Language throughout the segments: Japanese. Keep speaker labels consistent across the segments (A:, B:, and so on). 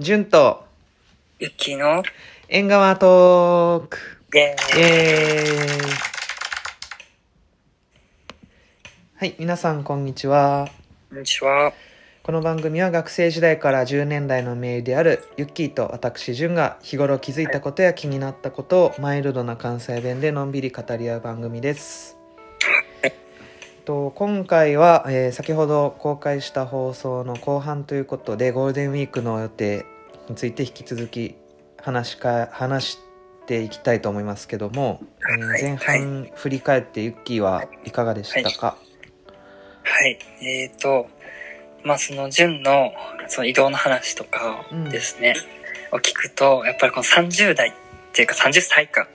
A: 潤と
B: ゆきの
A: 縁側トーク。
B: で
A: イエーイ。はい、皆さんこんにちは。
B: こんにちは。
A: この番組は学生時代から10年来の名友であるユッキーと私潤が日頃気づいたことや気になったことをマイルドな関西弁でのんびり語り合う番組です。と今回は、えー先ほど公開した放送の後半ということでゴールデンウィークの予定について引き続き話しか話していきたいと思いますけども、えー
B: はい
A: 前半振り返ってユッキーはいかがでしたか、
B: はい。えーと、まあ、その、純の、その移動の話とかですね、を聞くと、やっぱりこの30代っていうか30歳か。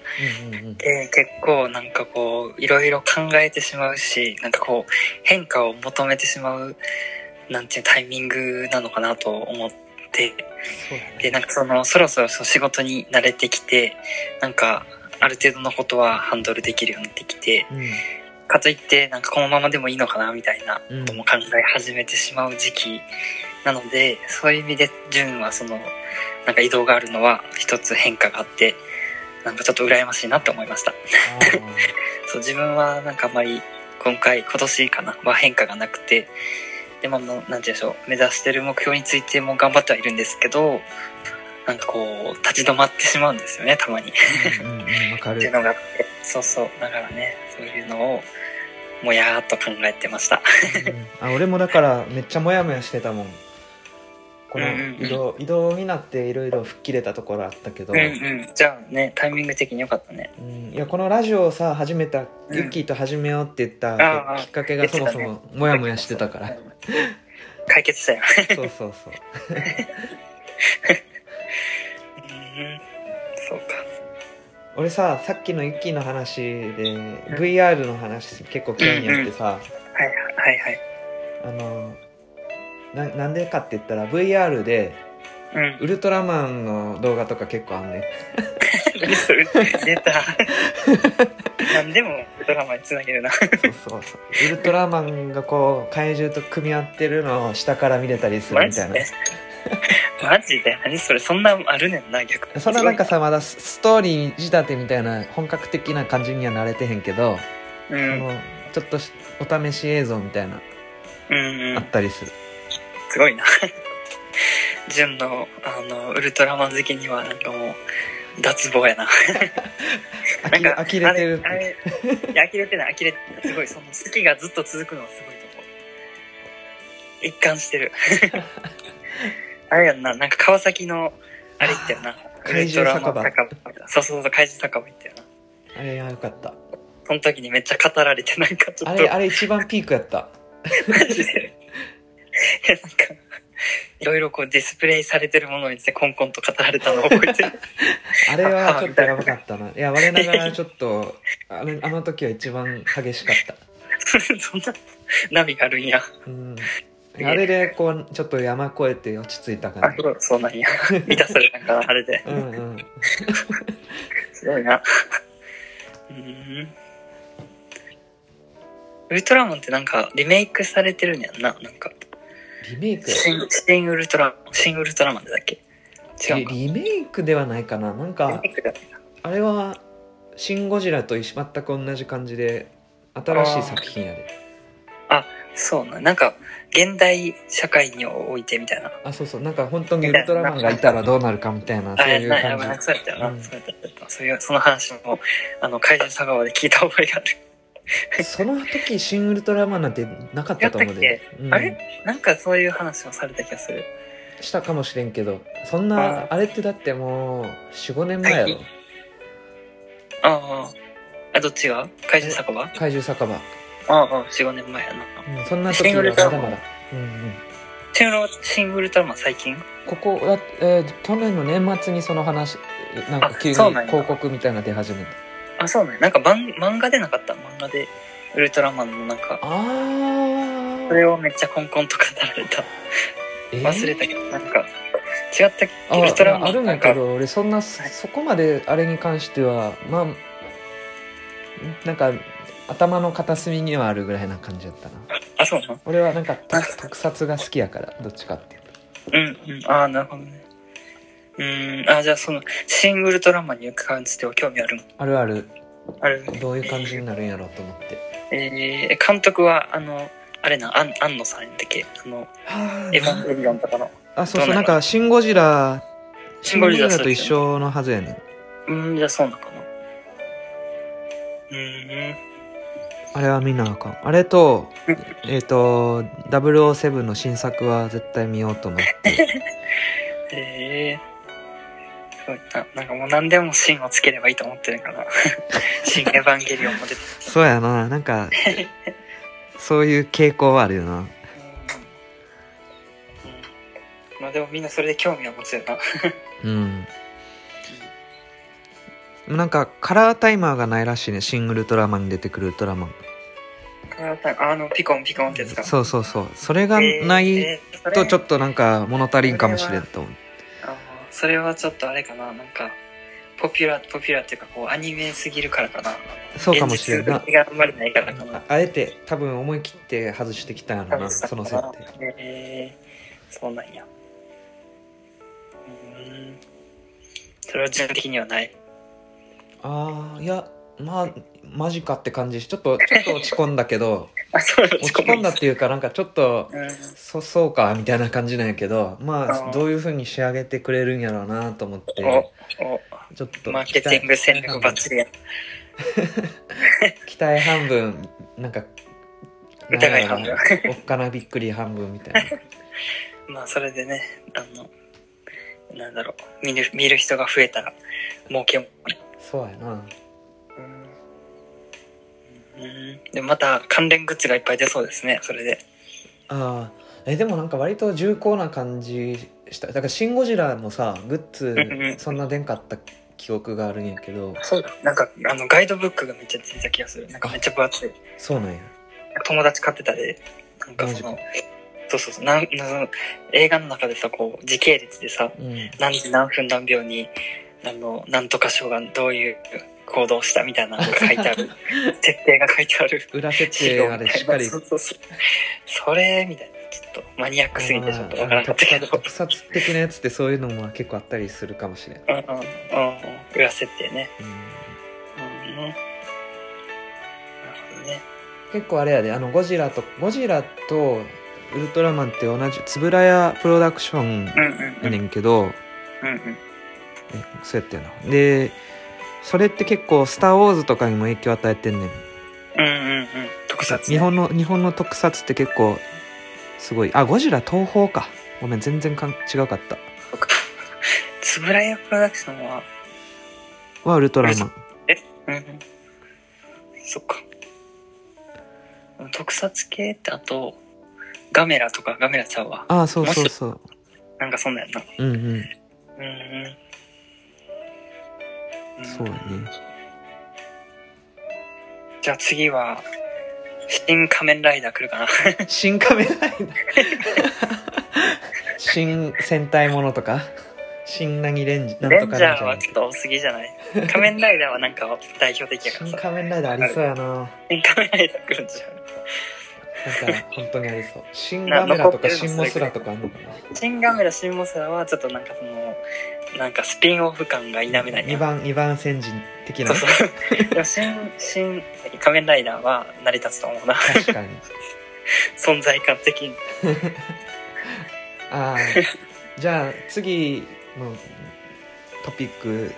A: うんうんうん
B: で、結構なんかこう、いろいろ考えてしまうし、なんかこう、変化を求めてしまう、なんていうタイミングなのかなと思って、
A: そうだね
B: で、なんかその、そろそろその仕事に慣れてきて、なんか、ある程度のことはハンドルできるようになってきて、
A: うん
B: かといってなんかこのままでもいいのかなみたいなことも考え始めてしまう時期なので、そういう意味で純はそのなんか移動があるのは一つ変化があってなんかちょっと羨ましいなって思いました
A: あー
B: そう自分はなんかあまり今回今年かなは変化がなくてでまあもうなんて言うんでしょう目指してる目標についても頑張ってはいるんですけどなんかこう立ち止まってしまうんですよねたまに
A: うんうんうん、わか
B: ってい
A: る。
B: うのがあってそうそうだからねそういうのをもやーっと考えてました
A: あ、俺もだから、めっちゃモヤモヤしてたもん。この
B: うんうんうん
A: 移動、移動になって、いろいろ吹っ切れたところあったけど。
B: うんうんじゃあねタイミング的に良かったね
A: うんいや、このラジオをさ、始めた、
B: うん
A: ユッキーと始めようって言っ
B: あ
A: た
B: あ
A: きっかけが、そもそもモヤモヤしてたから。
B: 解決したよ
A: そう そうそう。
B: うんそうか
A: 俺さ、さっきのユッキーの話で、VR の話、結構興味あってさ、
B: はいはいはい
A: あの、ななんでかって言ったら VR で
B: うん
A: ウルトラマンの動画とか結構あんね
B: 嘘出た何でもドラマにつなげるな
A: そうそうそうウルトラマンがこう怪獣と組み合ってるのを下から見れたりする
B: マ
A: み
B: ジ
A: たい
B: で
A: な
B: マジで何それそんなあるねんな逆に
A: そんななんかさまだスストーリー仕立てみたいな本格的な感じには慣れてへんけど、
B: う
A: そ
B: ん
A: のちょっとしお試し映像みたいな
B: うんう
A: あ
B: ん
A: ったりする
B: すごいな 純のあのウルトラマン好きにはなんかもう脱帽やな
A: あ
B: なん
A: き呆
B: か
A: れてる
B: あれあれいや呆れてない呆れてないすごいその好きがずっと続くのはすごいと思う一貫して るあれやんななんか川崎のあれ行ったよな
A: 怪獣酒場
B: ウルトラマン酒場そうそうそう怪獣酒場行ったよな
A: あれがよかった
B: その時にめっちゃ語られてなんかちょ
A: あ
B: っと
A: れあれ一番ピークやった
B: マジでいやなんかいろいろこうディスプレイされてるものについてコンコンと語られたのを覚え てる
A: あれはちょっとやばかったないや我ながらちょっと あのあの時は一番激しかった
B: そんな波があるんや
A: うんあれでこうちょっと山越えて落ち着いた
B: あ
A: 感じ
B: そうそうなんや満たされたんかなあれで
A: うんうん
B: すごいな。うーん。ウルトラマンってなんかリメイクされてるんやんな。なんか、
A: リメイク
B: 新、新ウルトラ、新ウルトラマンだっけ違う
A: リ
B: か。
A: リメイクではないかななん
B: リ
A: か
B: メイクだ
A: あれは「シン・ゴジラ」と一緒全く同じ感じで新しい作品やで
B: そうなん。なんか、現代社会においてみたいな。
A: あそうそうなんか本当にウルトラマンがいたらどうなるかみたいなそう
B: あ、や
A: いう
B: ばいやばい
A: 感じ
B: そうやったよな。
A: うん
B: そうやったそうやった。そういう、その話も、あの、怪獣佐川で聞いた覚えがある。
A: その時「シン・ウルトラマン」なんてなかったと思う
B: やっ
A: で
B: た、
A: うん
B: あれなんかそういう話もされた気がする。
A: したかもしれんけどそんな
B: あ
A: あれってだってもう45年前やろ
B: 最近ああ。あ、どっちが怪獣酒場あ
A: 怪獣酒場、
B: あ、ああ、4、5年前やな。
A: うんそんな時
B: シン
A: は
B: ウ
A: ま
B: ルト
A: だ
B: ラマン
A: まだ、うんうん、
B: シンウルシングルトラマン最近
A: ここだえー去年の年末にその話なんか急に
B: あそうなんや
A: 広告みたいなの出始めた
B: あ、そうね。なんか漫漫画でなかった漫画で、ウルトラマンのなんか、
A: あ
B: それをめっちゃコンコンと語られた。
A: えー
B: 忘れたけど、なんか、違ったっけ
A: あ
B: ウルトラマン
A: あるん
B: な
A: だ
B: ん
A: け
B: か、
A: ど俺そんなそそこまであれに関してはまあなんか頭の片隅にはあるぐらいな感じだったな
B: あ、そうなの
A: 俺はなんか特特撮が好きやからどっちかっていうと
B: うん、うん。ああ、なるほどね。うん、あ、じゃあその、シングルトラマンに行く感じって興味あるの
A: あるある
B: ある
A: どういう感じになるんやろうと思って
B: えー、監督は、あの、あれな、あん、安野さんだっけあの、
A: は
B: エヴァンゲリオンとかの。
A: ああそうそ
B: ど
A: う
B: うなの
A: なんか「シン・ゴジラ」「シ
B: シ
A: ン・
B: ン
A: ゴ
B: ゴ
A: ジ
B: ジ
A: ラ
B: ラ」
A: と一緒のはずやねん
B: うん、じゃあそうなのかな。うん、
A: あれは見なあかんあれと
B: うん
A: えっ、と007の新作は絶対見ようと思って
B: ええすごいな。なんかもう何でも芯をつければいいと思ってる から。新エヴァンゲリオンも出てき
A: そうやななんかそういう傾向はあるよな
B: た。うんうんまあでもみんなそれで興味を持つよな。
A: うんなんかカラータイマーがないらしいねシングルトラマンに出てくるウルトラマン
B: あの、ピコンピコンってやつか。
A: そうそうそうそれがない
B: えー
A: とちょっ
B: と。
A: となんか物足りんかもしれんと思う
B: それあーそれはちょっとあれかな。なんか、ポピュラー、ポピュラーっていうかこうアニメすぎるからかな。
A: そうかもしれんな
B: 現実があんまりないからか
A: あ
B: な。
A: あえて多分思い切って外してきたんやろなその設定
B: えー、そうなんや。うーん。それは自分的にはない。
A: ああいやまあマジかって感じしちょっとちょっと落ち込んだけど
B: あ、そう落
A: 落ち込んだ
B: う
A: っていうかなんかちょっと
B: ん。
A: そそうかみたいな感じなんやけどまあ
B: あー
A: どういう風に仕上げてくれるんやろうなと思って
B: お、
A: ちょっ
B: お、
A: と
B: マーケティング戦略バッチリや。
A: 期待半分なんか
B: 疑い半分
A: なんやろなおっかなびっくり半分みたい な
B: まあ、それでね、あの、なんだろう、見る、見る人が増えたら、儲けもある。
A: そうやな
B: うん。うん。で、また関連グッズがいっぱい出そうですね、それで。
A: あーえでもなんか割と重厚な感じしただから「シン・ゴジラ」もさグッ
B: うんう
A: ズ
B: ん
A: そんな出んかった記憶があるんやけど
B: そうだ。なんか、あの、ガイドブックがめっちゃ出てた気がする。なんかめっちゃ分厚い。
A: そうなんや
B: 友達買ってたで、なんかそ
A: マ
B: の、そうそうそう、なん、なん映画の中でさ、こう、時系列でさ、
A: うん
B: 何時何分何秒に、あの、なんとか賞がどういう行動をしたみたいなのが書いて ある。設定が書いてある。
A: 裏設定までしっかり
B: そうそうそう。それ、みたいな。ちょっとマニアックすぎてちょっとわからなかったけど。う
A: 特撮的なやつってそういうのも結構あったりするかもしれん、うん
B: んうんうん。裏設定ね。うん。なるほどね。
A: 結構あれやであのゴジラとゴジラとウルトラマンって同じ円谷プロダクション
B: うん
A: や
B: うんうん。
A: ねんけど、
B: うんうん。
A: えそうやったよなでそれって結構「スター・ウォーズ」とかにも影響与えてんねん
B: うんうんうん。特撮、ね。
A: 日本の日本の特撮って結構すごいあゴジラ東宝かごめん全然かん違うかった
B: とか。つぶらやプロダクションは、
A: はウルトラマン
B: うんうん。そっか。特撮系ってあと、ガメラとかガメラちゃうわ。
A: ああそうそうそう
B: なんかそんなんやんな。
A: うんうん
B: うんうん。
A: そうやね
B: じゃあ次は、新仮面ライダー来るかな。
A: 新仮面ラ イダー新戦隊ものとか新何レンジなん
B: レ
A: と
B: ン
A: か
B: ジ
A: レン
B: ャ
A: ジ
B: ー
A: ャ
B: は
A: ー
B: ちょっと多すぎじゃない仮面ライダーはなんか代表的やから
A: 新
B: さ。
A: 仮面ライダーありそうやななんか
B: 新仮面ライダー来るんじゃう
A: 本当にありそう新ガメラとか新モスラとかあんのかな
B: 新ガメラ、新モスラはちょっとなんかその、なんかスピンオフ感が否めない
A: 2番二番先人的な
B: そうそう。でも新、新、仮面ライダーは成り立つと思うな。
A: 確かに
B: 存在感的に。
A: ああじゃあ次のトピック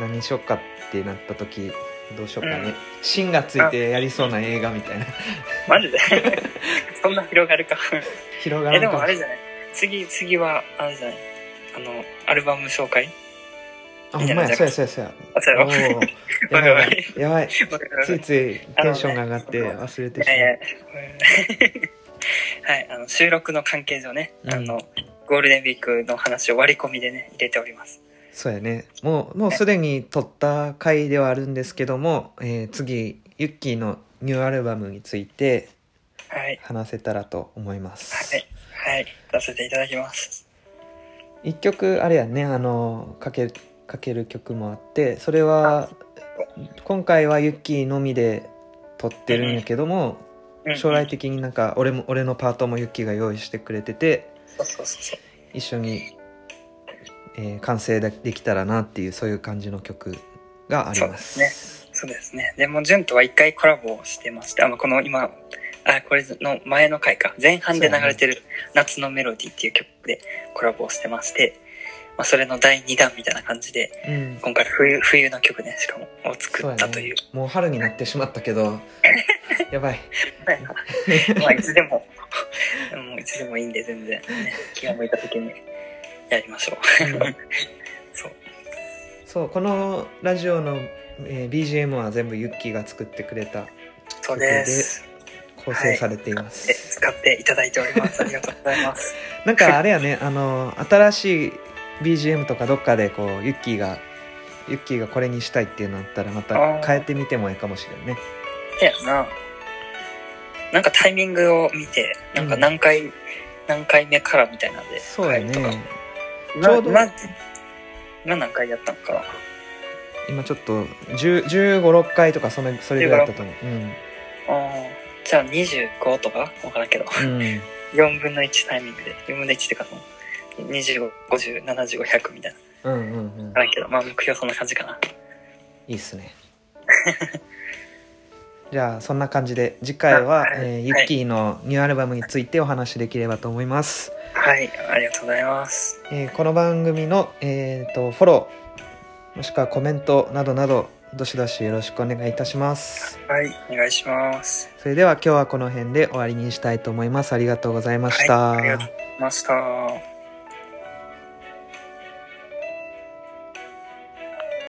A: 何しよっかってなった時どうしようか
B: う
A: ね
B: ん
A: 「芯がついてやりそうな映画みたいな
B: マジで そんな広が るか。
A: 広が
B: え、
A: らん
B: で
A: か
B: もあ
A: もし
B: れじゃない次、次は、あれじゃないあの、アルバム紹介
A: あほ
B: いい
A: ん
B: んじゃ
A: ま
B: ない
A: やそうやそうやそうや
B: あ、 そうや
A: お
B: ろ
A: ーやばいやばいやばいついついテンションが上がって
B: あのね
A: 忘れてし
B: いやいや
A: まう
B: うんはい、あの収録の関係上ね、
A: うん
B: あのゴールデンウィークの話を割り込みでね入れております。
A: そうやねもうもうすでに撮った回ではあるんですけども、えー次ユッキーのニューアルバムについて
B: はい、
A: 話せたらと思います、
B: はい、はい、出せていただきます。
A: 一曲あれやねあのかけかける曲もあってそれは今回はユッキーのみで撮ってるんやけども
B: うん
A: 将来的になんか俺も俺のパートもユッキーが用意してくれてて
B: そうそうそうそう。
A: 一緒にえー完成でできたらなっていうそういう感じの曲があります。
B: そうですそうですね。でも、ジュンとは一回コラボをしてまして、あの、この今、あ、これの前の回か。前半で流れてる夏のメロディーっていう曲でコラボをしてまして、まあ、それの第2弾みたいな感じで、
A: うん
B: 今回冬、冬の曲ね、しかも、を作
A: そう
B: っ
A: や
B: た
A: ね
B: という。
A: もう春になってしまったけ どやばい
B: まあ、いつでも、 もういつでもいいんで、全然、ね、気が向いた時にやりましょう。
A: うん
B: そう。
A: そうこのラジオの、えー BGM は全部ユッキーが作ってくれた
B: そうです。
A: 構成されています、
B: で使っていただいております。ありがとうございます。
A: なんかあれやねあの新しい BGM とかどっかでこうユッキーがユッキーがこれにしたいっていうのあったらまた
B: あー
A: 変えてみてもいいかもしれんね
B: せやな。なんかタイミングを見て、なんか何回、何回目からみたいなんで、
A: そうや
B: 変えるとか
A: ね
B: 今
A: ちょうど
B: 今今何回やったんかな。
A: 今ちょっと1516回とかそのそれぐらいだったと思う
B: あーじゃあ25とかわからんけど。
A: うん、うん、
B: 4分の1タイミングで、4分の1ってかその、25、50、75、100みたいな。
A: うんうんうん
B: わからんけど、まあ目標そんな感じかな。
A: いいっすね じゃあそんな感じで次回は
B: はい、
A: えーユッキーのニューアルバムについてお話しできればと思います、
B: はい、ありがとうございます。
A: えーこの番組の、えー、とフォローもしくはコメントなどなどどしどしよろしくお願いいたします
B: はい、お願いします。
A: それでは今日はこの辺で終わりにしたいと思いますありがとうございました、
B: はいありがとうございました。